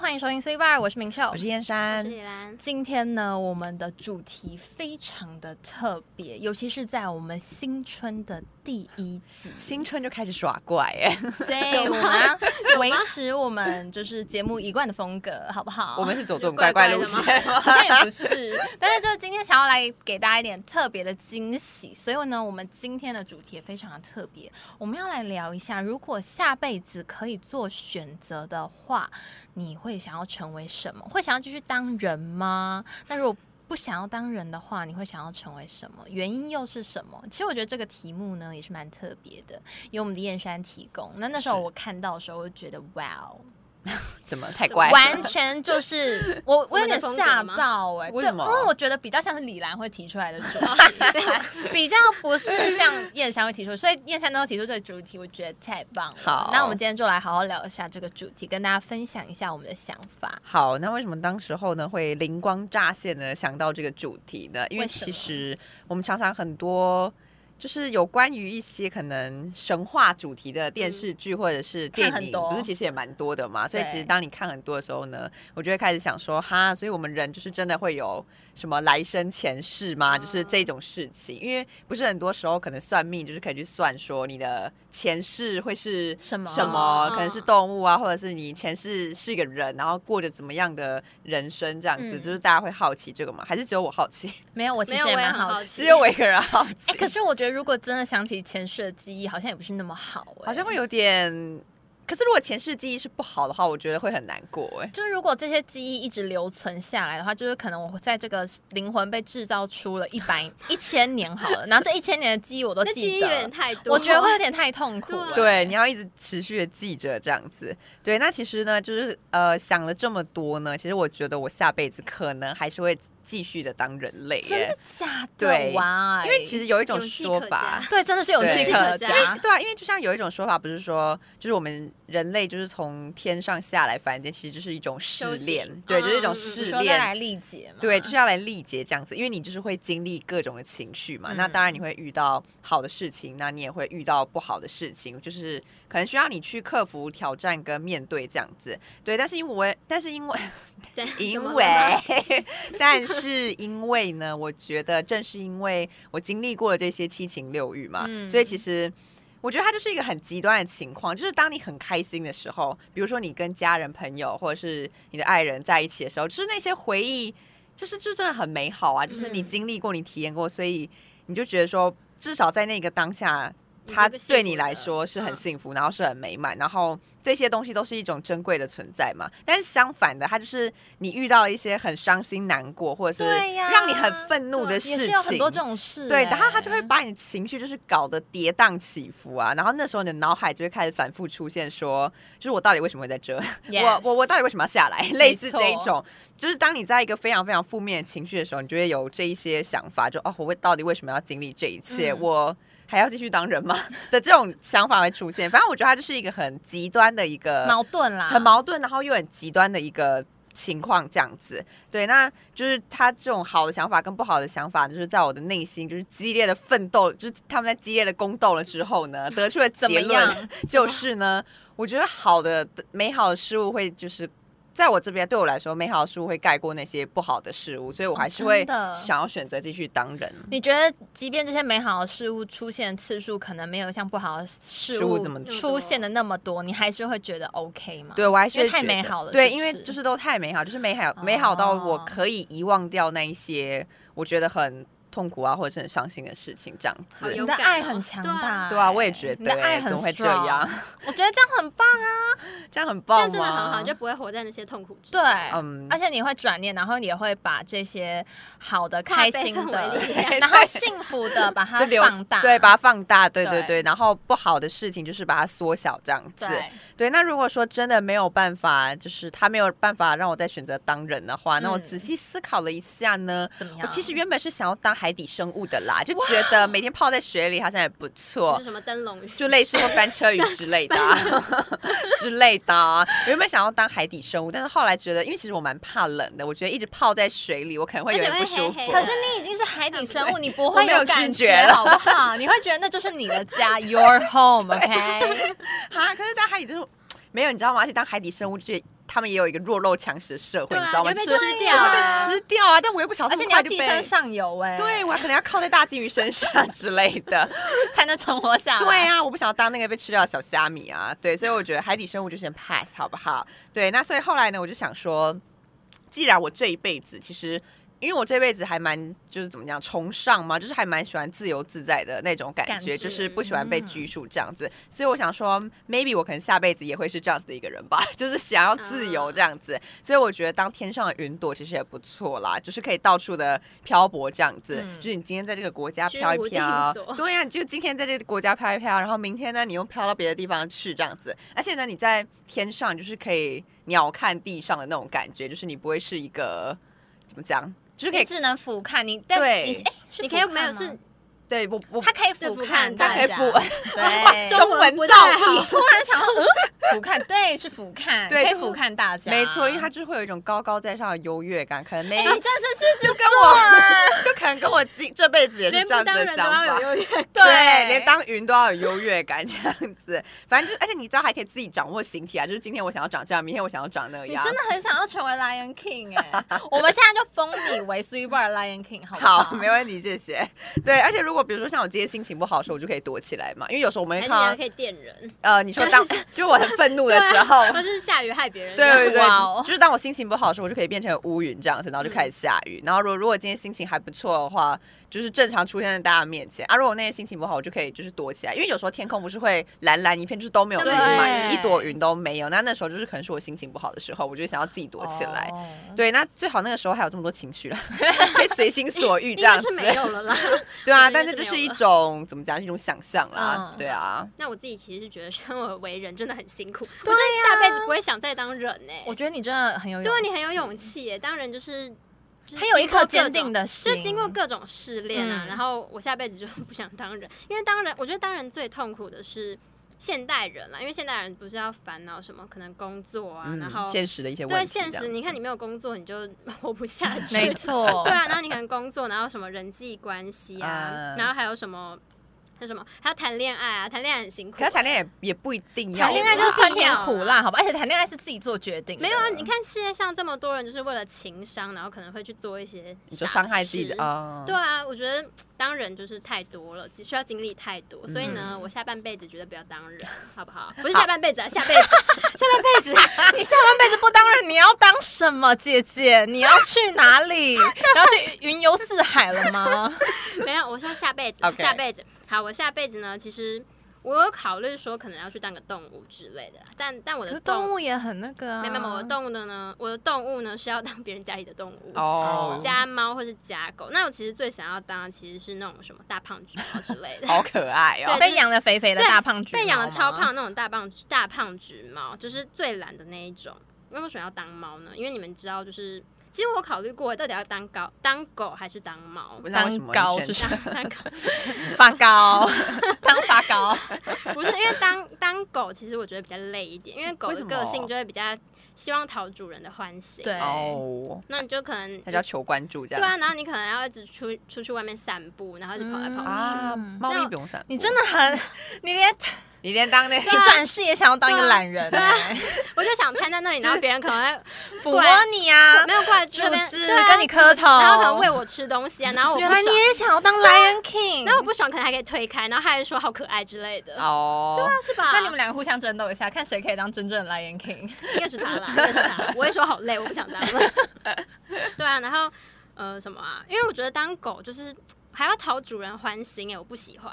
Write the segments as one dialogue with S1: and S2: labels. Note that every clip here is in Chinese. S1: 欢迎收听 C Bar，我是明秀，
S2: 我是燕山，
S3: 是。李兰，
S1: 今天呢，我们的主题非常的特别，尤其是在我们新春的第一季
S2: 新春就开始耍怪哎、
S1: 对我们要维持我们就是节目一贯的风格，好不好？
S2: 我们是走这种
S3: 怪
S2: 怪
S3: 怪的
S2: 路
S3: 吗
S2: 线，
S1: 好像也不是，但是就是今天想要来给大家一点特别的惊喜，所以呢，我们今天的主题也非常的特别，我们要来聊一下，如果下辈子可以做选择的话，你会想要成为什么？会想要继续当人吗？那如果不想要当人的话，你会想要成为什么？原因又是什么？其实我觉得这个题目呢也是蛮特别的，由我们的燕山提供。那那时候
S2: 是
S1: 我看到的时候，我就觉得哇哦，
S2: 怎么太怪？
S1: 完全就是 我，我有
S3: 们的
S1: 点
S3: 风格
S1: 吓
S3: 吗
S1: 到哎、欸，
S2: 为
S1: 对，
S2: 什
S1: 因
S2: 么
S1: 为我觉得比较像是李兰会提出来的主 题，比较不是像燕山会提出，所以燕山能够提出这个主题，我觉得太棒了。
S2: 好
S1: 那我们今天就来好好聊一下这个主题，跟大家分享一下我们的想法。
S2: 好，那为什么当时候呢会灵光乍现的想到这个主题呢？因为
S1: 为什么
S2: 其实我们常常很多就是有关于一些可能神话主题的电视剧或者是电
S1: 嗯看很
S2: 影，
S1: 多
S2: 不是其实也蛮多的嘛。所以
S1: 对
S2: 其实当你看很多的时候呢，我就会开始想说，哈，所以我们人就是真的会有什么来生前世吗？
S1: 嗯
S3: 哦
S2: 就是这种事情，因为不是很多时候可能算命就是可以去算说你的前世会是
S1: 什么
S2: 什么，可能是
S3: 哦
S2: 动物啊，或者是你前世是一个人，然后过着怎么样的人生这样子，
S1: 嗯
S2: 就是大家会好奇这个吗？还是只有我好奇？
S1: 没有，我其
S3: 没
S1: 实
S3: 有，
S1: 也
S3: 我也
S1: 蛮
S3: 很好
S1: 奇。
S2: 只有我一个人好奇？
S1: 哎、 可是我觉得如果真的想起前世的记忆，好像也不是那么好、欸，
S2: 好像会有点。可是如果前世记忆是不好的话，我觉得会很难过哎、
S1: 就是如果这些记忆一直留存下来的话，就是可能我在这个灵魂被制造出了一百一千年好了，然后这一千年的记忆我都
S3: 那记忆
S1: 记
S3: 有点
S1: 得，
S3: 太多，
S1: 我觉得会有点太痛苦了。
S2: 对，你要一直持续的记着这样子。对，那其实呢，就是呃想了这么多呢，其实我觉得我下辈子可能还是会继续的当人类
S1: 真
S2: 耶
S1: 的，假的？
S2: 对
S1: 哇欸，
S2: 因为其实有一种
S3: 勇气
S2: 说
S3: 可
S2: 法
S3: 嘉，
S1: 对真的是勇气
S2: 对
S1: 可
S3: 勇气
S1: 嘉。
S2: 对啊，因为就像有一种说法，不是说就是我们人类就是从天上下来凡间，其实就是一种试
S3: 修
S2: 炼
S3: 行，
S2: 对，就是一
S3: 嗯嗯
S2: 种
S3: 嗯
S2: 试
S1: 你说再
S2: 炼，
S1: 来历劫嘛？
S2: 对，就是要来历劫这样子，因为你就是会经历各种的情绪嘛。那
S1: 嗯
S2: 当然你会遇到好的事情，那你也会遇到不好的事情，就是可能需要你去克服挑战跟面对这样子。对，但是因为我也，但是因为
S3: 这样
S2: 因
S3: 怎么了
S2: 为
S3: 吗，
S2: 但是因为呢，我觉得正是因为我经历过了这些七情六欲嘛，
S1: 嗯
S2: 所以其实。我觉得它就是一个很极端的情况，就是当你很开心的时候，比如说你跟家人、朋友或者是你的爱人在一起的时候，就是那些回忆，就是就真的很美好啊，就是你
S1: 嗯
S2: 经历过、你体验过，所以你就觉得说，至少在那个当下，
S3: 你是
S2: 它
S3: 个幸
S2: 对
S3: 福
S2: 你来
S3: 的
S2: 说是很
S3: 嗯
S2: 幸福，然后是很美满，然后这些东西都是一种珍贵的存在嘛。但是相反的，它就是你遇到一些很伤心、难过，或者是
S1: 对呀啊
S2: 让你很愤怒的
S1: 也
S2: 事
S1: 是
S2: 情，
S1: 有很多这种事欸。
S2: 对，然后它就会把你的情绪就是搞得跌宕起伏啊。然后那时候你的脑海就会开始反复出现说，就是我到底为什么会在这
S1: Yes
S2: 我我我到底为什么要下来？ 类似
S1: 错
S2: 这一种，就是当你在一个非常非常负面的情绪的时候，你就会有这一些想法，就哦，我为到底为什么要经历这一切？
S1: 嗯
S2: 我。还要继续当人吗 的这种想法会出现，反正我觉得它就是一个很极端的一个
S1: 矛盾啦，
S2: 呃很矛盾，然后又很极端的一个情况这样子。对，那就是他这种好的想法跟不好的想法，就是在我的内心就是激烈的奋斗，就是他们在激烈的宫斗了之后呢，得出的
S1: 怎么
S2: 结
S1: 样
S2: 论 就是呢，我觉得好的美好的事物会就是。在我这边，对我来说，美好的事物会盖过那些不好的事物，所以我还是
S1: 哦
S2: 会
S1: 真的
S2: 想要选择继续当人。
S1: 你觉得，即便这些美好的事物出现的次数可能没有像不好的事
S2: 事
S1: 物
S2: 物这么多
S1: 出现的那么多，你还是会觉得 OK 吗？
S3: 哦
S2: 对我还是
S1: 因为
S2: 会
S1: 太
S2: 觉
S1: 美
S2: 得
S1: 好了
S2: 对，
S1: 是不
S2: 因为
S1: 是
S2: 就是都太美好，就是美好美好到我
S1: 哦
S2: 可以遗忘掉那一些我觉得很痛苦啊，或者是很伤心的事情，这样
S3: 好
S2: 子
S3: 有。
S1: 你的
S3: 感
S1: 爱
S3: 哦
S1: 很强
S3: 对啊
S1: 大欸、
S2: 对啊，我也觉
S1: 你
S2: 得、
S1: 的爱
S2: 欸，
S1: 很
S2: 怎么会这
S1: strong
S2: 样？？
S1: 我觉得这样很棒啊，
S2: 这样很
S3: 这
S2: 棒吗？
S3: 样真的很好，就不会活在那些痛苦之
S1: 对，
S3: 中
S2: 嗯
S1: 而且你会转念，然后你也会把这些好的、
S3: 化
S1: 开
S3: 悲
S1: 心
S3: 愤
S1: 的
S3: 为力，量
S1: 然后幸福的把它
S2: 就留
S1: 放大，
S2: 对，把它放大，对对
S1: 对
S2: 对，然后不好的事情就是把它缩小，这样子。
S1: 对，
S2: 对，那如果说真的没有办法，就是他没有办法让我再选择当人的话，那我
S1: 嗯
S2: 仔细思考了一下呢，
S1: 怎么
S2: 我
S1: 样？
S2: 其实原本是想要当海底生物的啦，就觉得每天泡在水里好像也不
S3: 就
S2: 错
S3: 是，什么灯笼鱼，
S2: 就类似或翻车鱼之类的、啊、之类的、啊。原本想要当海底生物，但是后来觉得，因为其实我蛮怕冷的，我觉得一直泡在水里，我可能会有点不舒服。
S3: 而且会黑黑
S1: 可
S3: 的
S1: 是你已经是海底 生物，你不
S2: 我
S1: 会
S2: 没有
S1: 感
S2: 知觉了
S1: 好不好？ 你会觉得那就是你的 家，your home，OK？、
S2: 啊，可是当海底生物没有，你知道吗？而且当海底生物就觉得他们也有一个弱肉强食的社会，
S3: 对啊
S2: 你知道吗？
S3: 你会被
S2: 吃
S3: 吃
S2: 我
S3: 掉
S2: 会被
S1: 啊
S2: 吃掉啊！但我又不想，
S1: 而且你要寄生。上游哎、
S2: 对，我还可能要靠在大金鱼身上 之类的。
S1: 才能存活下来。
S2: 对啊，我不想要当那个被吃掉的小虾米啊。对，所以我觉得海底生物就先 pass 好不好？对，那所以后来呢，我就想说，既然我这一辈子其实。因为我这辈子还蛮就是怎么讲崇尚嘛，就是还蛮喜欢自由自在的那种感觉，
S1: 感觉
S2: 就是不喜欢被拘束这样子，所以我想说，maybe 嗯我可能下辈子也会是这样子的一个人吧， 就是想要自由这样子。所以我觉得当天上的云朵其实也不错啦，就是可以到处的漂泊这样子，
S1: 嗯
S2: 就是你今天在这个国家
S3: 居
S2: 飘
S3: 无
S2: 一
S3: 定
S2: 飘，
S3: 所
S2: 对呀、啊你就今天在这个国家飘一飘，然后明天呢，你又飘到别的地方去这样子。而且呢，你在天上就是可以鸟瞰地上的那种感觉，就是你不会是一个怎么讲，就是可
S1: 你
S2: 以
S1: 只能俯瞰你，但
S2: 对
S1: 你是哎、是
S3: 你可以
S1: 俯瞰
S3: 没有
S1: 吗
S3: 是，
S2: 对我我
S1: 他可以俯
S3: 是俯
S1: 瞰
S3: 瞰
S1: 大
S2: 它
S1: 家，
S2: 可以 俯
S1: 对，
S2: 中文
S3: 不
S2: 造
S3: 太好
S2: 诣，
S1: 突然想到，嗯，俯瞰，对，是俯瞰，
S2: 对
S1: 可以俯瞰大家，
S2: 没错，因为它就是会有一种高高在上的优越感，可能没
S1: 哎。你真的是就跟
S2: 我就可能跟我这这辈子也是
S3: 连不
S2: 这样子
S3: 当
S2: 的
S3: 人都
S2: 想
S3: 要
S2: 法，
S3: 有优越感。
S2: 对，连当云都要有优越感这样子。反正就是，而且你知道还可以自己掌握形体啊，就是今天我想要长这样，明天我想要长那
S1: 你
S2: 样。
S1: 真的很想要成为 Lion King 哎、我们现在就封你为 Super Lion King 好不
S2: 好，
S1: 好
S2: 没问题，谢谢。对，而且如果比如说像我今天心情不好的时候，我就可以躲起来嘛，因为有时候我们
S3: 还
S2: 会
S3: 是
S2: 看
S3: 哎你还
S2: 到，
S3: 可以啊电人
S2: 呃，你说当就是我很愤怒的时候，
S3: 或者是下雨害别人。
S2: 对对对
S1: 哇哦，
S2: 就是当我心情不好的时候，我就可以变成乌云这样子，然后就开始下雨。然后如果如果今天心情还不错的话，就是正常出现在大家面前啊。如果我那天心情不好，我就可以就是躲起来，因为有时候天空不是会蓝蓝一片，就是都没有云嘛，
S1: 对
S2: 一朵云都没有。那那时候就是可能是我心情不好的时候，我就想要自己躲起来。
S1: 哦
S2: 对，那最好那个时候还有这么多情绪了，可以随心所欲
S3: 应
S2: 这样
S3: 该
S2: 子
S3: 是。没有了啦。
S2: 对啊，
S3: 我觉得
S2: 但这
S3: 是
S2: 就
S3: 没有
S2: 是一
S3: 了
S2: 种怎么讲，是一种想象啦。
S1: 嗯
S2: 对啊，
S3: 那我自己其实是觉得生而为人真的很辛苦，我真的下辈子不会想再当人呢、欸
S1: 我觉得你真的很有勇气，
S3: 对啊，你很有勇气耶，当人就是。就是
S1: 很有一
S3: 经过
S1: 颗
S3: 各
S1: 坚
S3: 种
S1: 定的
S3: 就
S1: 心，
S3: 是经过各种试炼
S1: 嗯
S3: 啊，然后我下辈子就不想当人，因为当人，我觉得当人最痛苦的是现代人啦，因为现代人不是要烦恼什么，可能工作啊，然后
S2: 嗯，现实的一些问
S3: 对
S2: 题这样
S3: 现
S2: 子。
S3: 实，你看你没有工作你就 活不下去，
S1: 没错
S3: 对，啊，然后你可能工作，然后什么人际关系啊，
S2: 嗯
S3: 然后还有什么，还有什么，还要谈恋爱啊，谈恋爱很辛苦、
S2: 可是谈恋爱也也不一定要
S1: 谈恋爱
S2: 吧
S1: 就是酸
S3: 要
S1: 甜
S3: 啊
S1: 苦辣，好吧？而且谈恋爱是自己做决定的，
S3: 没有啊，你看世界上这么多人，就是为了情商，然后可能会去做一些
S2: 你就
S3: 傻
S2: 伤害自己的
S3: 事
S2: 啊。
S3: 对啊，我觉得当人就是太多了，只需要经历太多，所以呢，我下半辈子绝对不要当人，好不好？不是下半辈子啊，下辈子，下半辈子，啊
S1: 你下半辈子不当人，你要当什么？姐姐，你要去哪里？你要去云游四海了吗？
S3: 没有，我说下辈子
S2: OK
S3: 下辈子。好，我下辈子呢，其实我有考虑说可能要去当个动物之类的，但但我
S1: 可
S3: 的
S1: 是动
S3: 物，
S1: 物也很那个啊。
S3: 没有没有，我的动物的呢，我的动物呢是要当别人家里的动物。
S2: 哦，
S3: 家猫或是家狗，那我其实最想要当的其实是那种什么大胖橘猫之类的，
S2: 好可爱哦。
S1: 被养的肥肥的大胖橘，
S3: 被养 的超。胖那种大胖大胖橘猫，就是最懒的那一种。那为什么要当猫呢？因为你们知道，就是其实我考虑过，到底要当狗、当狗还是当猫？
S2: 不知道为
S1: 当
S2: 什么
S1: 高
S2: 你
S1: 是
S2: 选
S1: 啥？
S3: 当狗
S1: 发 高，当发高。
S3: 不是因为当当狗，其实我觉得比较累一点，因为狗
S2: 为
S3: 的
S2: 什么
S3: 个性就会比较希望讨主人的欢心。
S1: 对
S2: 哦，
S3: 那你就可能
S2: 他就要求关注这
S3: 对
S2: 样
S3: 啊，
S2: 子。
S3: 然后你可能要一直出出去外面散步，然后就跑来跑去。
S1: 嗯
S2: 啊，猫
S3: 那
S2: 咪
S3: 我
S2: 不用散步，
S1: 你真的 很，你连
S2: 你连当那
S1: 你转世也想要当一个懒人欸，
S3: 我就想瘫在
S1: 啊
S3: 那里，然后别人可 能会
S1: 抚摸你啊，
S3: 没有过来
S1: 主
S3: 这边，
S1: 子
S3: 对啊
S1: 跟你磕头，
S3: 然后可能喂我吃东西啊，然后我不
S1: 原来
S3: 爽
S1: 你也想要当 Lion King，
S3: 然后我不爽，可能还可以推开，然后他还说好可爱之类的， 啊
S2: 哦，
S3: 是吧？
S1: 那你们两个互相争斗一下，看谁可以当真正的 Lion King。
S3: 一个是他啦，一个是他，我也说好累，我不想当了。 对啊，然后呃什么啊？因为我觉得当狗就是还要讨主人欢心哎、我不喜欢。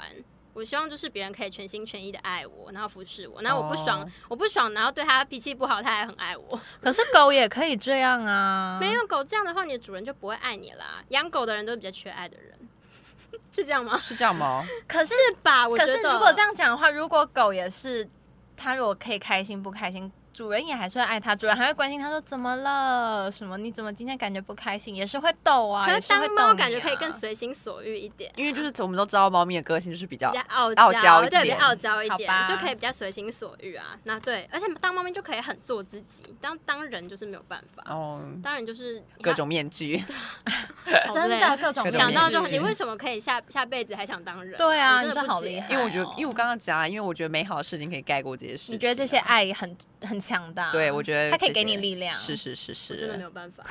S3: 我希望就是别人可以全心全意的爱我，然后服侍我，然后我不爽
S2: 哦
S3: 我不爽，然后对他脾气不好，他还很爱我。
S1: 可是狗也可以这样啊，
S3: 没有狗这样的话，你的主人就不会爱你啦。养狗的人都是比较缺爱的人， 是这样吗？
S2: 是这样吗？
S1: 可是，
S3: 是吧？我觉
S1: 可
S3: 得
S1: 是如果这样讲的话，如果狗也是，它如果可以开心不开心，主人也还是会爱它，主人还会关心它说怎么了，什么你怎么今天感觉不开心，也是会逗啊，
S3: 可
S1: 也
S3: 是
S1: 会啊
S3: 当
S1: 逗、
S3: 猫感觉可以更。随心所欲一点。
S2: 因为就是我们都知道猫咪的个性就是比较
S3: 比较傲
S2: 哦傲娇一
S3: 对，比较
S2: 点
S3: 傲娇一
S1: 好吧
S3: 点，就可以比较随心所欲啊。那对，而且当猫咪就可以很做自己，当当人就是没有办法，
S2: 哦，
S3: 当然就是
S2: 各种面具，
S3: 好
S1: 真
S3: 累
S1: 的各种
S2: 各种
S3: 想到就
S2: 面
S3: 很
S2: 具
S3: 你为什么可以下下辈子还想当人啊？
S1: 对啊
S3: 我真
S1: 你
S3: 的
S1: 这好
S3: 不解
S1: 厉害
S3: 哦
S2: 因为我觉得，因为我刚刚讲啊，因为我觉得美好的事情可以盖过这些事情啊。
S1: 你觉得这些爱很很强
S3: 啊
S1: 大。啊
S2: 对，我觉得
S1: 它可以给
S2: 这些
S1: 你力量
S2: 是是是是，
S3: 我真的没有办法，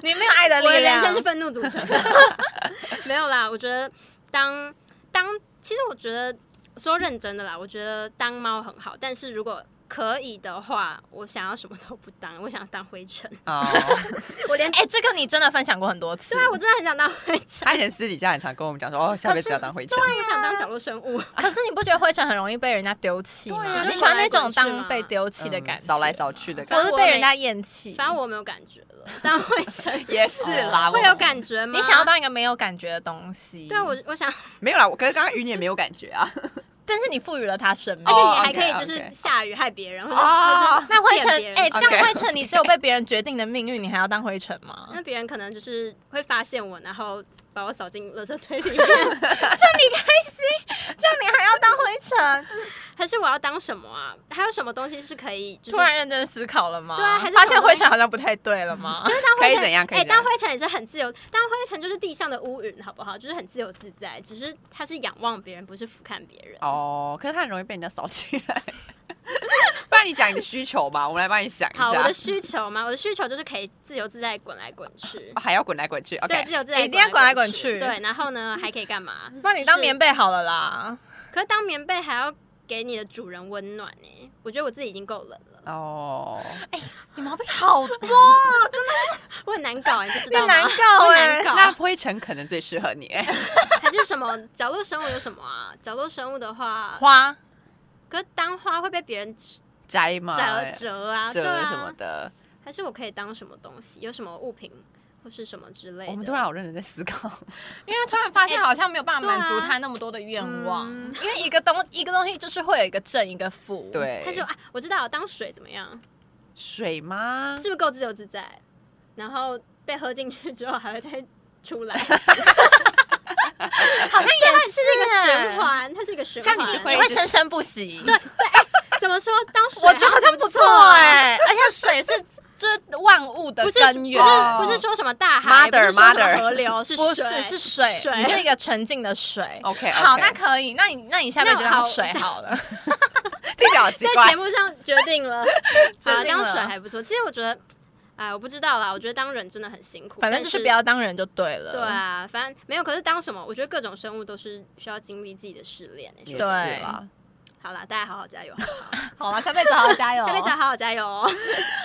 S1: 你没有爱的力
S3: 我的人
S1: 量。
S3: 生是愤怒组成的。 没有啦，我觉得当当，其实我觉得说认真的啦，我觉得当猫很好，但是如果可以的话，我想要什么都不当，我想要当灰尘。
S2: 哦。
S3: 我连
S1: 哎、这个你真的分享过很多次。
S3: 对 啊，我真的很想当灰尘，
S2: 他以前私底下很常跟我们讲说，哦，下辈子要当灰尘。
S3: 我想当角落生物。
S1: 可是你不觉得灰尘很容易被人家丢弃吗？
S2: 对啊
S1: 你喜欢那种当
S3: 啊
S1: 被丢弃的感觉，
S2: 嗯扫来扫去的感
S1: 或
S2: 觉，
S1: 是被人家厌弃。
S3: 反正我没有感觉了，但灰尘
S2: 也是啦，
S3: 会
S2: 我
S3: 有感觉吗？
S1: 你想要当一个没有感觉的东西，
S3: 对啊，我我想，
S2: 没有啦？我可是刚刚云也没有感觉啊。
S1: 但是你赋予了它生命。
S3: 而且
S2: 哦
S3: 你还可以就
S2: OK，OK
S3: 是下雨害别人，或者
S2: 哦
S3: 或者
S1: 那灰尘
S3: 骗别，人
S1: 哎、
S3: 说
S1: 这样
S2: OK，
S1: 灰尘，你只有被别人决定的命运，你还要当灰尘吗？
S3: 那别人可能就是会发现我，然后把我扫进垃圾堆里面。
S1: 这样你还要当灰尘？
S3: 还是我要当什么啊？还有什么东西是可以就是
S1: 突然认真思考了吗？
S3: 对啊还是
S1: 发现
S3: 想
S1: 灰尘好像不太对了 吗？
S3: 当灰
S2: 可以
S3: 尘
S2: 怎样可以
S3: 哎、
S2: 怎样
S3: 当灰尘也是很自由，当灰尘就是地上的乌云，好不好？就是很自由自在，只是他是仰望别人，不是俯瞰别人。
S2: 哦，可是他很容易被人家扫起来。 不然你讲你的需求吧，我们来帮你想一
S3: 好，我
S2: 下
S3: 的。需求嘛，我的需求就是可以自由自在滚来滚去。
S2: 还要滚来滚去
S3: 对，
S2: ，OK
S3: 自。由自在，
S1: 一定要滚来滚去
S3: 对，然后呢，还可以干嘛？
S1: 不然你当棉
S3: 被，
S1: 被好了啦。
S3: 可是当棉被还要给你的主人温暖呢、我觉得我自己已经够冷了，
S2: 哦，
S3: 哎
S1: 你毛病好多，
S3: 我很难 搞、你不知
S1: 你
S3: 道吗？
S1: 难搞
S3: 我很
S1: 哎、
S3: 难搞。欸
S2: 那灰尘可能最适合你。
S3: 还是什么角落生物有什么啊？角落生物的话，
S1: 花
S3: 可是当花会被别人折
S2: 摘嘛，
S3: 折折啊，
S2: 欸折
S3: 对啊
S2: 什么的。
S3: 还是我可以当什么东西？有什么物品或是什么之类的？嗯
S2: 哦我们突然好认真在思考。
S1: 因为突然发现好像没有办法
S3: 哎对啊
S1: 满足他那么多的愿望，
S3: 嗯
S1: 因为一个东一个东西就是会有一个正一个负，，
S2: 对
S3: 他，说啊，我知道，当水怎么样？
S2: 水吗？
S3: 是不是够自由自在？然后被喝进去之后还会再出来，
S1: 好像也是哎
S3: 这个循，环，它是一个循
S1: 这
S3: 环。
S1: 样你
S2: 会
S1: 你会生生不息，对，
S3: 怎么说？当水
S1: 我觉得好像不错
S3: 哎、
S1: 哎、而且水是就是万物的
S3: 不是
S1: 根源，
S2: 哦
S3: 不是说什么大海
S2: Mother，
S3: 不是说什么
S2: Mother
S3: 河流，是
S1: 不是
S3: 水
S1: 是水，
S3: 水
S1: 你是一个纯净的水。
S2: OK，OK
S1: 好，那可以，那你那你下辈子
S3: 那我
S1: 当
S3: 好
S1: 水好了。
S2: 听起来好奇
S3: 在
S2: 怪
S3: 节。目上决定了，
S1: 决定
S3: 啊，当水
S1: 了
S3: 还不错。其实我觉得，哎，我不知道啦，我觉得当人真的很辛苦，
S1: 反正
S3: 但
S1: 就是不要当人就对了。
S3: 对啊，反正没有。可是当什么？我觉得各种生物都是需要经历自己的试炼欸。 说
S2: 也是
S3: 实话
S1: 对
S2: 啦，
S3: 好啦，大家好好加油，
S1: 好 了，下辈子好好加油。
S3: 下辈子好好加油哦。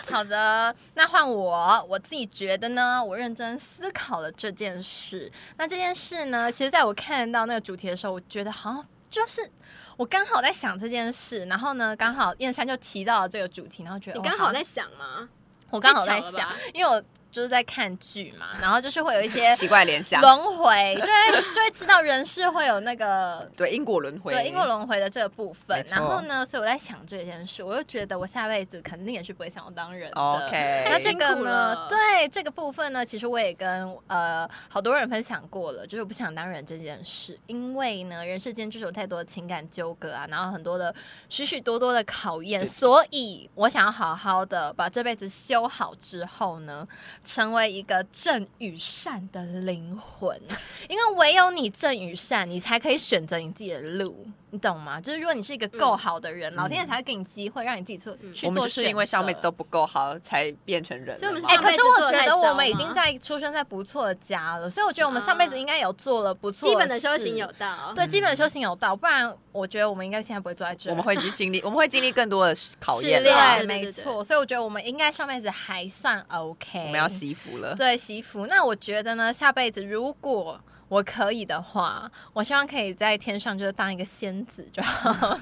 S1: 好的，那换我，我自己觉得呢，我认真思考了这件事。那这件事呢，其实在我看到那个主题的时候，我觉得好像就是我刚好在想这件事，然后呢，刚好燕山就提到了这个主题，然后觉得
S3: 你
S1: 哦
S3: 刚好在想吗？
S1: 我刚好在
S3: 太巧了
S1: 想
S3: 吧，
S1: 因为我就是在看剧嘛，然后就是会有一 些
S2: 奇怪联想。
S1: 轮回，就会就会知道人是会有那个
S2: 对，因果轮回。
S1: 对因果轮回的这个部分
S2: 没。错
S1: 然后呢，所以我在想这件事，我就觉得我下辈子肯定也是不会想要当人的。
S2: OK，
S1: 那这
S3: 辛
S1: 个
S3: 苦
S1: 呢
S3: 了？
S1: 对这个部分呢，其实我也跟呃好多人分享过了，就是我不想当人这件事，因为呢，人世间就是有太多的情感纠葛啊，然后很多的许许多多的考验，所以我想要好好的把这辈子修好之后呢，成为一个正与善的灵魂， 因为唯有你正与善，你才可以选择你自己的路。你懂吗？就是如果你是一个够
S3: 嗯
S1: 好的人，老天爷才会给你机会，让你自己做、
S3: 嗯
S1: 去做选
S2: 我
S1: 择。
S2: 们就是因为上辈子都不够好，才变成人的嘛。
S3: 所以我们是
S1: 哎、
S3: 上
S1: 可
S3: 辈
S1: 是
S3: 子做
S1: 我
S3: 得
S1: 觉
S3: 太
S1: 得我
S3: 糟
S1: 们已
S3: 吗
S1: 经在出生在不错的家了，所以我觉得我们上辈子应该有做了不错的
S3: 啊基本的修行
S1: 事
S3: 有到，
S1: 对基本的修行有到，不然我觉得我们应该现在不会坐在这儿。
S2: 我们会去经历， 我们会经历更多的考验
S3: 试
S1: 对，
S3: 炼
S2: 啦。
S3: 对对对
S1: 没
S3: 对
S1: 错，所以我觉得我们应该上辈子还算 OK。
S2: 我们要惜福了。
S1: 对媳妇，那我觉得呢，下辈子如果我可以的话，我希望可以在天上就是当一个仙子就好，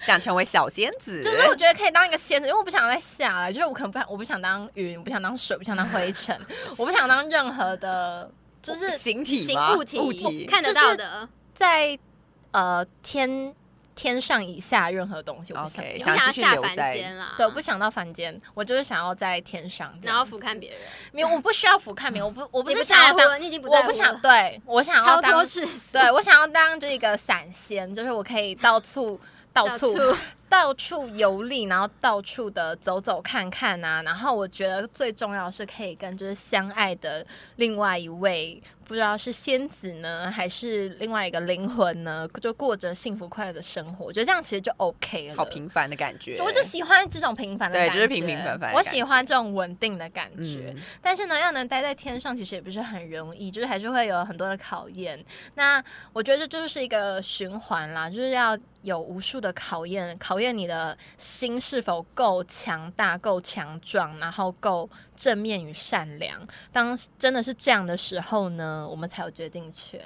S2: 想成为小仙子，
S1: 就是我觉得可以当一个仙子，因为我不想再下来，就是我可能不想，我不想当云，我不想当水，我不想当灰尘，我不想当任何的，就是
S2: 形体
S3: 行
S2: 吗？
S3: 物体
S2: 物体，
S3: 看得
S1: 就是
S3: 到的，
S1: 在呃天天上以下任何东西，我不想
S2: OK，
S1: 要
S3: 你不
S2: 想
S3: 想
S2: 继
S3: 要下
S2: 续留
S3: 凡
S2: 在
S3: 间啦。
S1: 对，我不想到凡间，我就是想要在天上这
S3: 然后
S1: 样。
S3: 俯瞰别人，
S1: 没有，我不需要俯瞰别人，我不，我
S3: 你
S1: 是
S3: 不
S1: 想要
S3: 在乎
S1: 当，
S3: 了你已经不在
S1: 我
S3: 乎
S1: 不想，
S3: 了
S1: 对我想要
S3: 超
S1: 当
S3: 脱，世 俗，
S1: 对我想要当这个散仙，就是我可以到处到
S3: 到
S1: 处
S3: 处
S1: 到处游历，然后到处的走走看看啊。然后我觉得最重要的是可以跟就是相爱的另外一位，不知道是仙子呢，还是另外一个灵魂呢，就过着幸福快乐的生活。我觉得这样其实就 OK 了。
S2: 好平凡的感觉。
S1: 我就喜欢这种平凡的
S2: 对
S1: 感觉，
S2: 就是平平凡凡
S1: 我
S2: 的感觉
S1: 喜欢这种稳定的感觉，
S2: 嗯，
S1: 但是呢，要能待在天上其实也不是很容易，就是还是会有很多的考验。那我觉得这就是一个循环啦，就是要有无数的考验，考验你的心是否够强大、够强壮，然后够正面与善良。当真的是这样的时候呢，我们才有决定权。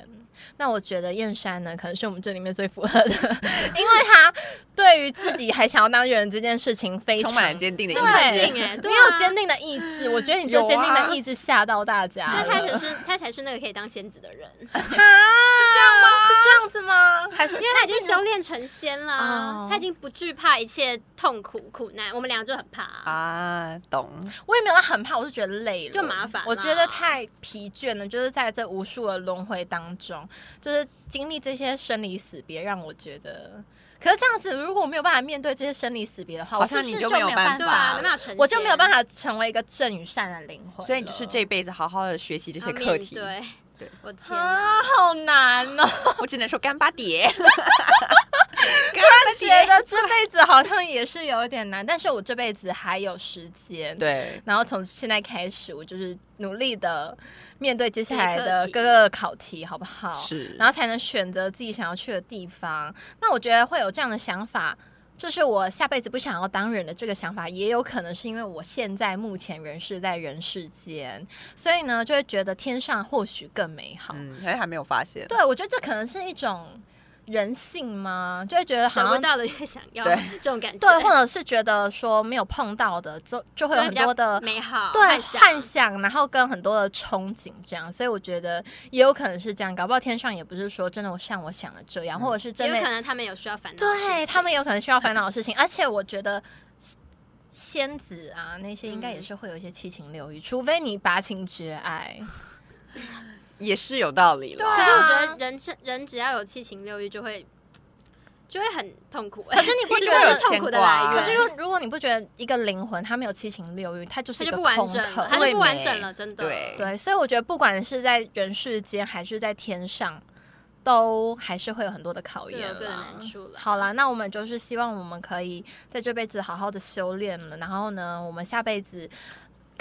S1: 那我觉得燕山呢，可能是我们这里面最符合的，因 为他对于自己还想要当艺人这件事情非常
S2: 充满了坚定的意
S1: 对嗯
S2: 志。
S3: 定哎，对
S1: 你有
S3: 啊
S1: 坚定的意志，我觉得你这坚定的意志吓到大家
S3: 但他才
S1: 了。
S3: 是他才是那个可以当仙子的人，
S1: 是这样吗？是这样子吗？还是
S3: 因为他已经修炼成仙
S1: 哦
S3: 啦，他已经不惧怕一切痛苦苦难，我们俩就很怕啊。
S2: 啊，懂。
S1: 我也没有到很怕，我是觉得累了，
S3: 就麻烦啦
S1: 我觉得太疲倦了，就是在这无数的轮回当中，就是经历这些生离死别，让我觉得。可是这样子，如果我没有办法面对这些生离死别的话，
S2: 好
S1: 我是
S2: 像
S1: 不
S2: 你
S1: 是
S2: 就
S1: 没
S2: 没
S1: 有
S2: 有
S1: 办
S2: 办
S3: 对
S2: 法
S3: 啊，没办法成仙，
S1: 我就没有办法成为一个正与善的灵魂。
S2: 所以你就是这。辈子好好的学习这
S3: 要
S2: 些
S3: 面
S2: 课题。
S3: 啊对
S2: 对，
S3: 我天啊，
S1: 啊，好难哦！
S2: 我只能说干巴爹，干巴
S1: 觉得这辈子好像也是有点难，但是我这辈子还有时间。
S2: 对，
S1: 然后从现在开始，我就是努力的面对接下来的各个考题，好不好？
S2: 是
S1: 然后才能选择自己想要去的地方。那我觉得会有这样的想法，就是我下辈子不想要当人的这个想法，也有可能是因为我现在目前人是在人世间，所以呢，就会觉得天上或许更美好。
S2: 嗯，还还没有发现。
S1: 对，我觉得这可能是一种人性吗？就会觉得好
S3: 得不
S1: 像
S3: 到的越想要，
S2: 对
S3: 这种感觉，
S1: 对，或者是觉得说没有碰到的，就就会有很多的
S3: 美好，
S1: 对
S3: 幻想
S1: 幻想，然后跟很多的憧憬这样，所以我觉得也有可能是这样，搞不好天上也不是说真的像我想的这样，或者是
S3: 嗯也
S1: 真
S3: 有可
S1: 的
S3: 能他们有需要烦恼的事情，
S1: 对他们有 可能需要烦恼的事情，而且我觉得。仙子啊，那些
S3: 嗯
S1: 应该也是会有一些七情六欲，除非你拔情绝爱。
S2: 也是有道理了。
S1: 对
S3: 可是我觉
S1: 啊
S3: 得人生人只要有七情六欲，就会就会很痛苦。
S1: 可是你不
S3: 这
S1: 觉
S3: 是
S1: 得
S2: 有牵
S3: 痛苦的
S2: 挂
S3: 来
S2: 啊
S3: 源？
S1: 可是，如如果你不觉得一个灵魂他没有七情六欲，他就是一
S3: 它就
S1: 个
S3: 不
S1: 空
S3: 完整了，它
S1: 壳。
S3: 就不完整了，真的。啊
S2: 对
S1: 对，所以我觉得不管是在人世间还是在天上，都还是会有很多的考验
S3: 各有各的
S1: 啦
S3: 啊难处啦
S1: 好啦，那我们就是希望我们可以在这辈子好好的修炼了，然后呢，我们下辈子。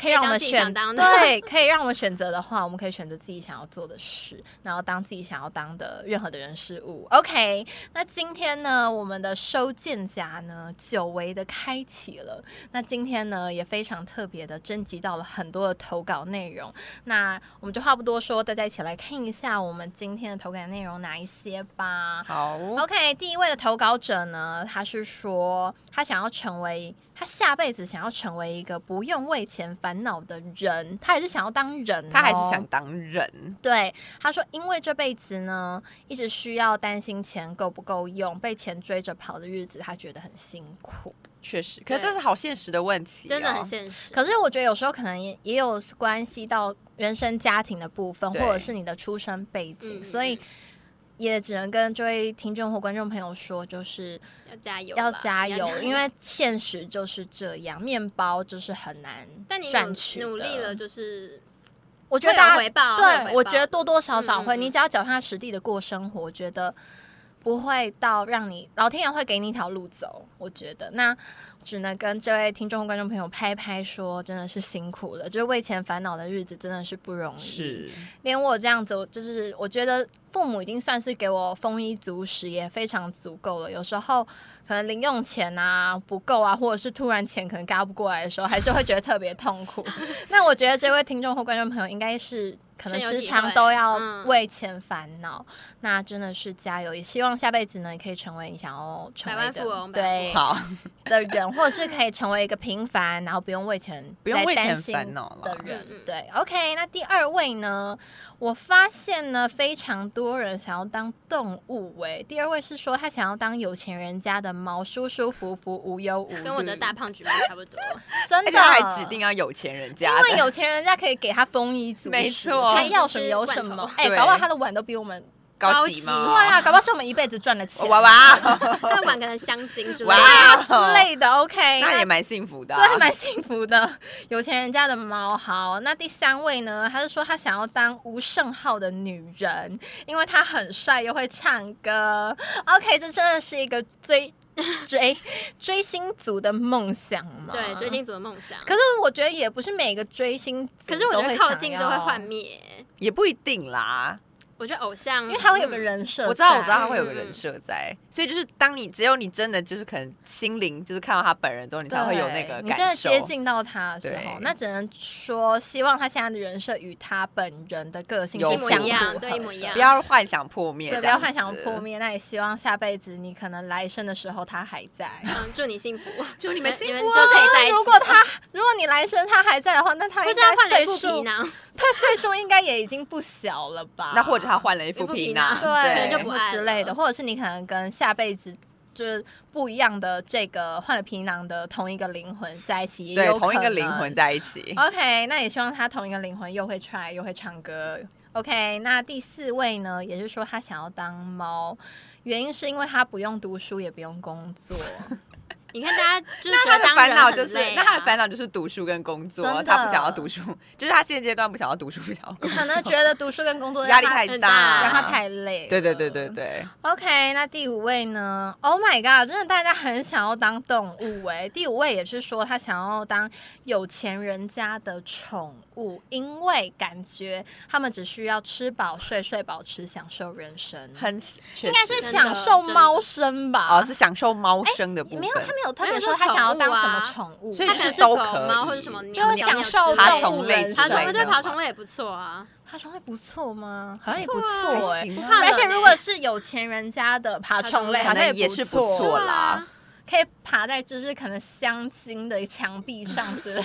S1: 可以让我们
S3: 当自己想
S1: 选
S3: 当的
S1: 对，可以让我们选择的话，我们可以选择自己想要做的事，然后当自己想要当的任何的人事物。OK，那今天呢，我们的收件夹呢，久违的开启了。那今天呢，也非常特别的征集到了很多的投稿内容。那我们就话不多说，大家一起来看一下我们今天的投稿内容哪一些吧。
S2: 好，
S1: OK，第一位的投稿者呢，他是说他想要成为他下辈子想要成为一个不用为钱烦恼的人，他还是想要当人哦、
S2: 他还是想当人，
S1: 对他说，因为这辈子呢一直需要担心钱够不够用，被钱追着跑的日子，他觉得很辛苦。
S2: 确实。可是
S3: 对
S2: 这是好现实的问题哦，
S3: 真的很现实。
S1: 可是我觉得有时候可能也也有关系到原生家庭的部分，或
S2: 对
S1: 者是你的出生背景，
S3: 嗯
S1: 所以也只能跟这位听众或观众朋友说，就是
S3: 要加油吧，
S1: 要加油，因
S3: 为
S1: 为现实就是这样，面包就是很难
S3: 但你
S1: 赚取
S3: 努努
S1: 的
S3: 力了，，就是
S1: 我
S3: 我
S1: 觉得大家
S3: 回报啊，会有
S1: 对，
S3: 回
S1: 我
S3: 报
S1: 觉得多多少少
S3: 嗯嗯
S1: 会，
S3: 嗯
S1: 你只要脚踏实地的过生活，我觉得不会到让你老天爷会给你一条路走。我觉得那只能跟这位听众和观众朋友拍拍说，真的是辛苦了，就是为钱烦恼的日子真的是不容易。
S2: 是
S1: 连我这样子，我就是我觉得父母已经算是给我丰衣足食，也非常足够了。有时候可能零用钱啊不够啊，或者是突然钱可能嘎不过来的时候，还是会觉得特别痛 苦。那我觉得这位听众或观众朋友应该是。可能
S3: 深有
S1: 时
S3: 体
S1: 常
S3: 会
S1: 都要
S3: 嗯
S1: 为钱烦恼，那真的是加油！也希望下辈子呢，你可以成为你想要成
S3: 百
S1: 为
S3: 万
S1: 的
S3: 富翁百万
S1: 对
S2: 好，
S1: 的人，或者是可以成为一个平凡，然后不用为钱
S2: 不用为
S1: 再
S2: 钱
S1: 担心
S2: 烦恼了
S1: 的人
S3: 嗯嗯。
S1: 对，OK，那第二位呢？我发现呢，非常多人想要当动物、欸。第二位是说他想要当有钱人家的猫，舒舒服服，无忧无虑。
S3: 跟我的大胖橘猫差不 多。
S1: 真
S2: 而且
S1: 的
S2: 他还指定要有钱人家
S1: 因为
S2: 的，
S1: 有钱人家可以给他丰衣足食，
S2: 没错
S1: 他要什么有什么。哎、
S2: 对
S1: 搞不好他的碗都比我们
S2: 高
S3: 高
S2: 级
S3: 级
S2: 吗？
S1: 对啊，搞不好是我们一辈子赚的钱，
S2: 哇哇，
S3: 那碗可能香精之类
S2: 哇
S3: 的。
S1: 啊之类的。OK，
S2: 那也蛮幸福的、啊。
S1: 对，蛮幸福的，有钱人家的猫。好，那第三位呢？他是说他想要当吴胜浩的女人，因为他很帅又会唱歌。OK，这真的是一个追追追星族的梦想嘛？
S3: 对，追。星族的梦想。
S1: 可是我觉得也不是每个追星族
S3: 可是我觉得
S1: 都
S3: 靠
S1: 想
S3: 近
S1: 要
S3: 就会幻，灭。
S2: 也不一定啦。
S3: 我觉得偶像，
S1: 因为他会有
S3: 嗯
S1: 个人设在、
S2: 我知道，我知道他会有个人设在，所以就是当你只有你真的就是可能心灵就是看到他本人之后，你才会有那个
S1: 对你真
S2: 感
S1: 的
S2: 受。
S1: 接近到他的时
S2: 对
S1: 候，那只能说希望他现在的人设与他本人的个性
S2: 有
S1: 是
S3: 一模
S1: 相
S3: 一
S1: 符
S3: 样，
S1: 合
S3: 对，一模一
S1: 的
S3: 样。
S2: 不要幻想破灭，
S1: 啊对，不
S2: 这样
S1: 要
S2: 子
S1: 幻想破。灭。那也希望下辈子你可能来生的时候他还在。
S3: 嗯，祝你幸福，
S2: 祝你们幸福啊
S3: 你们就可以在一起。
S1: 如果他， 如果你来生他还在的话，那他
S3: 不
S1: 应
S3: 是啊要
S1: 该
S3: 换了
S1: 岁
S3: 一副皮
S1: 数，
S3: 囊，
S1: 他岁数应该也已经不小了吧？
S2: 那或者他换了一副皮囊，
S3: 一副皮囊
S1: 对，
S3: 可能就不
S1: 或
S3: 爱
S1: 之类
S3: 了
S1: 的，或者是你可能跟下辈子就是不一样的这个换了皮囊的同一个灵魂在一起，也
S2: 对
S1: 有
S2: 同一
S1: 可
S2: 个灵
S1: 能
S2: 魂在一 起。
S1: OK，那也希望他同一个灵魂又会 try 又会唱歌。OK，那第四位呢，也是说他想要当猫，原因是因为他不用读书也不用工 作，
S3: 你看大家就是
S2: 那
S3: 觉
S2: 他
S3: 得
S2: 的
S3: 当
S2: 烦恼
S3: 人
S2: 就是
S3: 很累，啊
S2: 那他的烦恼就是读书跟工
S1: 真
S2: 作，
S1: 的
S2: 他不想要读书，就是他现阶段不想要读书，不想要 工
S1: 可能
S2: 作，
S1: 觉得读书跟工 作
S2: 压力
S1: 让他
S2: 太
S3: 很
S2: 大，
S3: 大
S1: 让他太累。
S2: 对对对对。对，
S1: OK，那第五位呢？Oh my god，真的大家很想要当动物哎、第五位也是说他想要当有钱人家的宠物，因为感觉他们只需要吃饱睡，睡饱吃，享受人生。
S2: 很应
S1: 应该是享受猫生吧？
S2: 哦是享受猫生的部分
S1: 没有，他没有特
S3: 没
S1: 别
S3: 有
S1: 说
S3: 说
S1: 他想要当什么
S3: 宠
S1: 宠物，啊
S2: 所以
S3: 他
S1: 他
S3: 可
S2: 就
S3: 能
S1: 是
S2: 都
S3: 狗
S2: 可
S3: 猫
S2: 以
S3: 或者什么
S1: 就是
S3: 鸟，
S1: 享
S3: 鸟
S1: 受
S3: 之类的
S2: 爬虫类之类的
S3: 爬虫类，对
S2: 嘛
S3: 爬虫类也不错啊。
S1: 爬虫类不错吗？好像也不
S2: 还
S1: 错哎、
S2: 行啊
S3: 怕
S1: 而且
S3: 冷
S1: 如
S3: 欸
S1: 果是有钱人家的爬虫类，
S3: 爬
S1: 好
S2: 可
S3: 虫
S1: 像
S2: 能也是不
S1: 不
S2: 错
S1: 错，
S2: 啦。
S1: 啊可以爬在就是可能镶金的墙壁上之类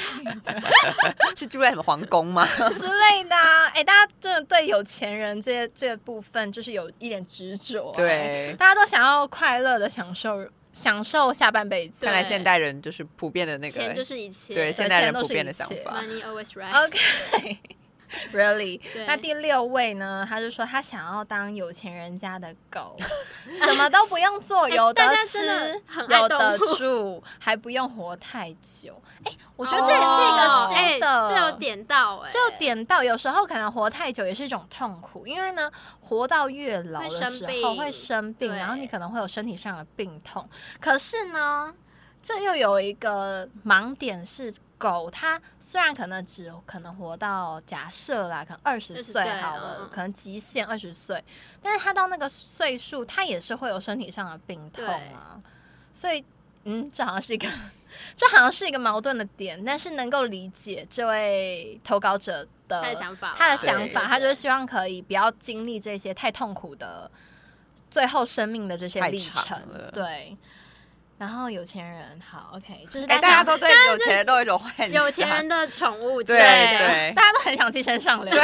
S2: 是住在什么皇宫吗？
S1: 之类的、啊。哎、大家真的对有钱人这这部分就是有一点执着、哎
S2: 对
S1: 大家都想要快乐的享受享受下半辈子
S3: 对
S2: 看。来现代人就是普遍的那个
S3: 啊钱就是一切，
S2: 对现代人普遍的想法。
S3: ，money always right。
S1: OK，really、
S3: 对
S1: 呃那第六位呢？他就说他想要当有钱人家的 狗，什么都不用做，有
S3: 哎大
S1: 的
S3: 家
S1: 吃
S3: 真的很，爱
S1: 有的
S3: 动物
S1: 住，还不用活太久。哎、我觉得这也是一个新的，
S3: 哦哎这有。点到哎，
S1: 这有点到，有时候可能活太久也是一种痛苦，因为呢，活到越老的
S3: 会
S1: 时
S3: 生
S1: 候
S3: 病
S1: 会生病，
S3: 对
S1: 然后你可能会有身体上的病痛。可是呢，这又有一个盲点是，狗它虽然可能只可能活到假设啦，可能二十
S3: 20
S1: 岁
S3: 岁
S1: 好
S3: 嗯
S1: 了，
S3: 嗯
S1: 可能极限二十岁，但是它到那个岁数，它也是会有身体上的病痛啊。所以，嗯，这好像是一个，这好像是一个矛盾的点，但是能够理解这位投稿者的
S3: 他的想法啦，
S1: 他的想法，
S3: 对
S1: 他就是希望可以不要经历这些太痛苦的最后生命的这些
S2: 太
S1: 历
S2: 长
S1: 程
S2: 了。
S1: 对。然后有钱人好，OK，就是
S2: 哎，
S1: 家
S2: 大家
S1: 想
S2: 都对 有钱人都有一种幻想，
S3: 有钱人的宠物之
S2: 对
S3: 类的。
S2: 对
S1: 大家都很想寄生上流。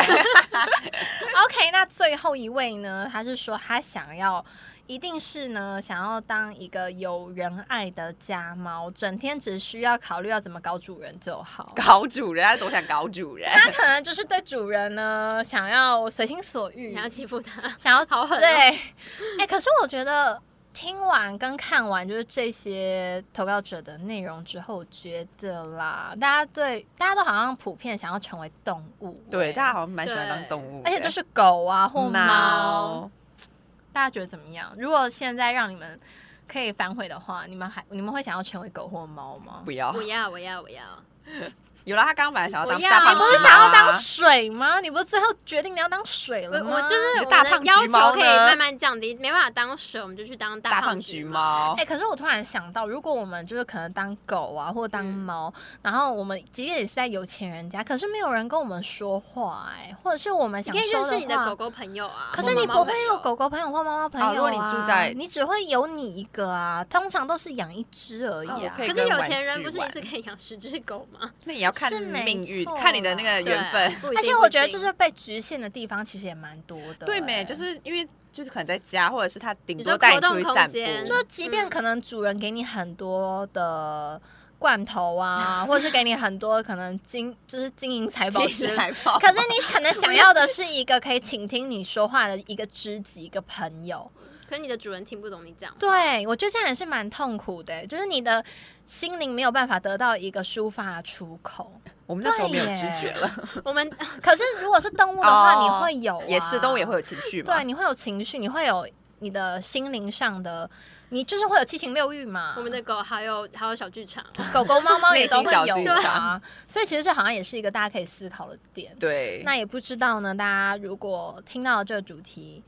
S1: OK，那最后一位呢？他是说他想要，一定是呢，想要当一个有人爱的家猫，整天只需要考虑要怎么搞主人就好。
S2: 搞主人，他多想搞主人。
S1: 他可能就是对主人呢，想要随心所欲，
S3: 想要欺负他，
S1: 想要
S3: 好狠哦
S1: 对， 哎、可是我觉得听完跟看完就是这些投稿者的内容之后，我觉得啦，大家对大家都好像普遍想要成为动物、
S2: 对，
S1: 哎
S2: 大家好像蛮喜欢当动物的，嗯
S1: 而且就是狗啊或猫，
S2: 猫。
S1: 大家觉得怎么样？如果现在让你们可以反悔的话，你们还你们会想要成为狗或猫吗？
S2: 不要
S3: 我，要，我要，我要。
S2: 有了。他刚刚本来想要当
S3: 不要
S2: 大胖
S1: 你不
S2: 子猫啊，
S1: 是想要当水吗？你不是最后决定你要当水
S3: 我
S1: 了吗？
S3: 我就是
S2: 你
S3: 我
S2: 的大
S3: 们
S2: 胖
S3: 的
S2: 橘
S3: 要求
S2: 猫
S3: 可以
S2: 呢
S3: 慢慢降低，没办法当水，我们就去当
S2: 大
S3: 胖
S2: 胖
S3: 橘
S2: 橘
S3: 猫。
S2: 猫
S1: 哎、？可是我突然想到，如果我们就是可能当狗啊，或当
S3: 嗯
S1: 猫，然后我们即便也是在有钱人家，可是没有人跟我们说话、哎，或者是我们
S3: 你
S1: 想
S3: 可以
S1: 说
S3: 认
S1: 的
S3: 识你的
S1: 话
S3: 狗。狗朋友啊，
S1: 可
S3: 或
S1: 是你
S3: 猫
S1: 不
S3: 猫
S1: 会
S3: 朋
S1: 有
S3: 友
S1: 狗狗朋友或猫猫朋友、啊
S2: 哦如果你住在
S1: 你只会有你一个啊，通常都是养一只而
S2: 哦
S1: 已啊。
S2: 可以
S3: 可是
S2: 跟
S3: 有
S2: 玩
S3: 钱人
S2: 具
S3: 不是一
S2: 玩
S3: 次可以养十只狗吗？
S2: 那也要看
S1: 是没
S2: 命运，
S1: 错
S2: 看你的那个
S3: 对
S2: 缘分。，
S3: 不一
S1: 而且
S3: 定
S1: 我觉得就。
S3: 不一
S1: 是被局限的地方其实也蛮多的、
S2: 对
S1: 哎
S2: 没？就是因为就是可能在家，或者是他顶
S3: 你
S2: 多
S3: 说
S2: 带你
S3: 活
S2: 出
S3: 动
S1: 嗯
S2: 去
S3: 空
S2: 散步，
S3: 间
S1: 就即便
S3: 嗯
S1: 可能主人给你很多的罐头 啊，或者是给你很多可能金就是金银财宝之
S2: 其实
S1: 类
S2: 还好
S1: 可是你可能想要的是一个可以倾听你说话的一个知己，一个朋友。
S3: 可是你的主人听不懂你讲，
S1: 对我觉得这样也是蛮痛苦的，欸就是你的心灵没有办法得到一个抒发的出口。
S2: 我们那时候没有
S1: 对耶
S2: 知觉了，
S3: 我们
S1: 可是如果是动物的话，
S2: 哦
S1: 你会有、
S2: 也是动物也会。有情绪嘛。
S1: 对，啊你会有情绪，你会有你的心灵上的，你就是会有七情六欲嘛。
S3: 我们的狗还有还有小剧场，
S1: 狗狗、猫猫也
S2: 内
S1: 都
S2: 心
S1: 会
S2: 小剧
S1: 有啊
S2: 场，
S1: 所以其实这好像也是一个大家可以思考的点。
S2: 对
S1: 那也不知道呢，大家如果听到这个主题，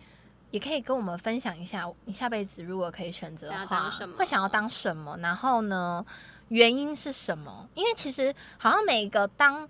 S1: 也可以跟我们分享一下，你下辈子如果可以选择的
S3: 想要
S1: 话
S3: 当什，么
S1: 会想要当什么？然后呢，原因是什么？因为其实好像每一个当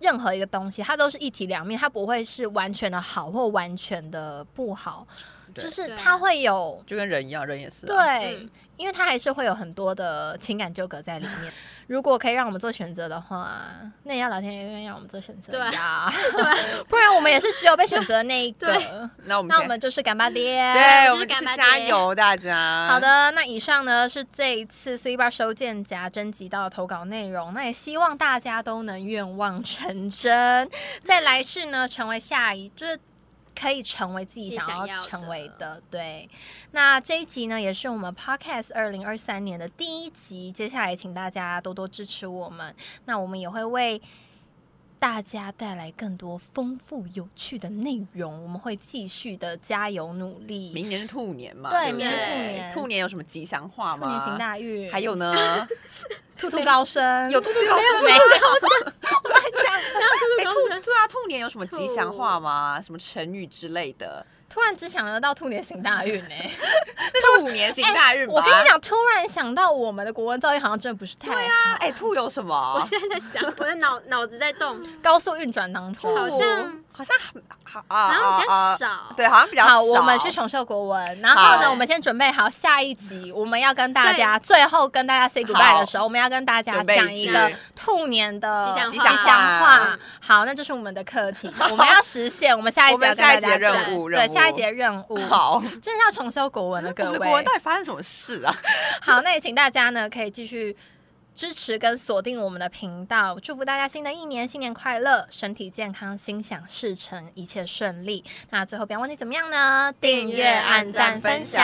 S1: 任何一个东西，它都是一体两面，它不会是完全的好或完全的不好，
S2: 对
S1: 就是
S3: 对
S1: 它会有
S2: 就跟人一样，人也是、啊。
S1: 对。
S3: 嗯
S1: 因为它还是会有很多的情感纠葛在里 面。如果可以让我们做选择的话，那也要老天爷愿意让我们做选择
S3: 对啊
S1: 呀， 不然我们也是只有被选择的那一个
S3: 对。
S2: 那我们
S1: 那我
S2: 先
S1: 们就是干巴爹。
S2: 对，
S3: 就
S2: 我
S3: 是
S2: 们
S3: 干
S2: 去
S3: 巴爹
S2: 加油，大家。
S1: 好，的，那以上呢是这一次 C Bar 收件夹征集到的投稿内容。那也希望大家都能愿望成真，在来世呢成为下一就是。可以成为自己
S3: 自己
S1: 想
S3: 想
S1: 要
S3: 要的
S1: 成为的，对。那这一集呢，也是我们 Podcast 二零二三年的第一集。接下来，请大家多多支持我们。那我们也会为大家带来更多丰富有趣的内容。我们会继续的加油努力。
S2: 明年是兔年嘛？
S1: 对
S2: 不
S3: 明年是
S2: 对
S3: 兔
S1: 年
S2: 兔年有什么吉祥话
S1: 兔
S2: 吗？
S1: 年行大运，
S2: 还有呢？
S1: 兔兔高升，
S2: 有兔兔高升
S1: 没
S2: 吗？
S1: 有？ 我乱讲。
S2: 哎，
S3: 高
S2: 兔
S3: 升
S2: 对啊，兔年有什么吉祥话吗？什么成语之类的？
S1: 突然只想得到兔年行大运呢、
S2: 兔哎年行大运吧。
S1: 我跟你，讲，突然想到我们的国文造诣好像真的不是太
S2: 对啊，哎，兔有什
S3: 我
S2: 么？
S3: 现在在想，我的脑脑子在动，
S1: 高速运转当中。
S3: 好像
S2: 好像很好啊，
S3: 然后比较
S2: 啊，
S3: 少，
S2: 啊对，好像比较少。
S1: 好，我们去重修国文。然后呢，
S2: 好
S1: 我们先准备好下一集，我们要跟大家最后跟大家 say goodbye
S2: 好
S1: 的时候，我们要跟大家
S2: 准备
S1: 讲
S2: 一
S1: 一
S2: 句
S1: 个兔年的
S3: 吉祥
S1: 吉
S3: 话
S1: 祥话
S2: 嗯。
S1: 好，那这是我们的课题，我们要实现。我们下一
S2: 我
S1: 节
S2: 们下一节
S1: 节
S2: 任务
S1: 对
S2: 任务
S1: 下一节任务，
S2: 好。
S1: 真的要重修国文了，
S2: 我
S1: 各
S2: 们
S1: 位。
S2: 的国文到底发生什么事啊？
S1: 好，那也请大家呢可以继续支持跟锁定我们的频道，祝福大家新的一年新年快乐，身体健康，心想事成，一切顺利。那最后不要忘记怎么样呢？订阅、按赞、分享，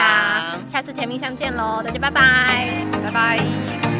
S1: 下次甜蜜相见喽，大家拜拜。
S2: 拜拜。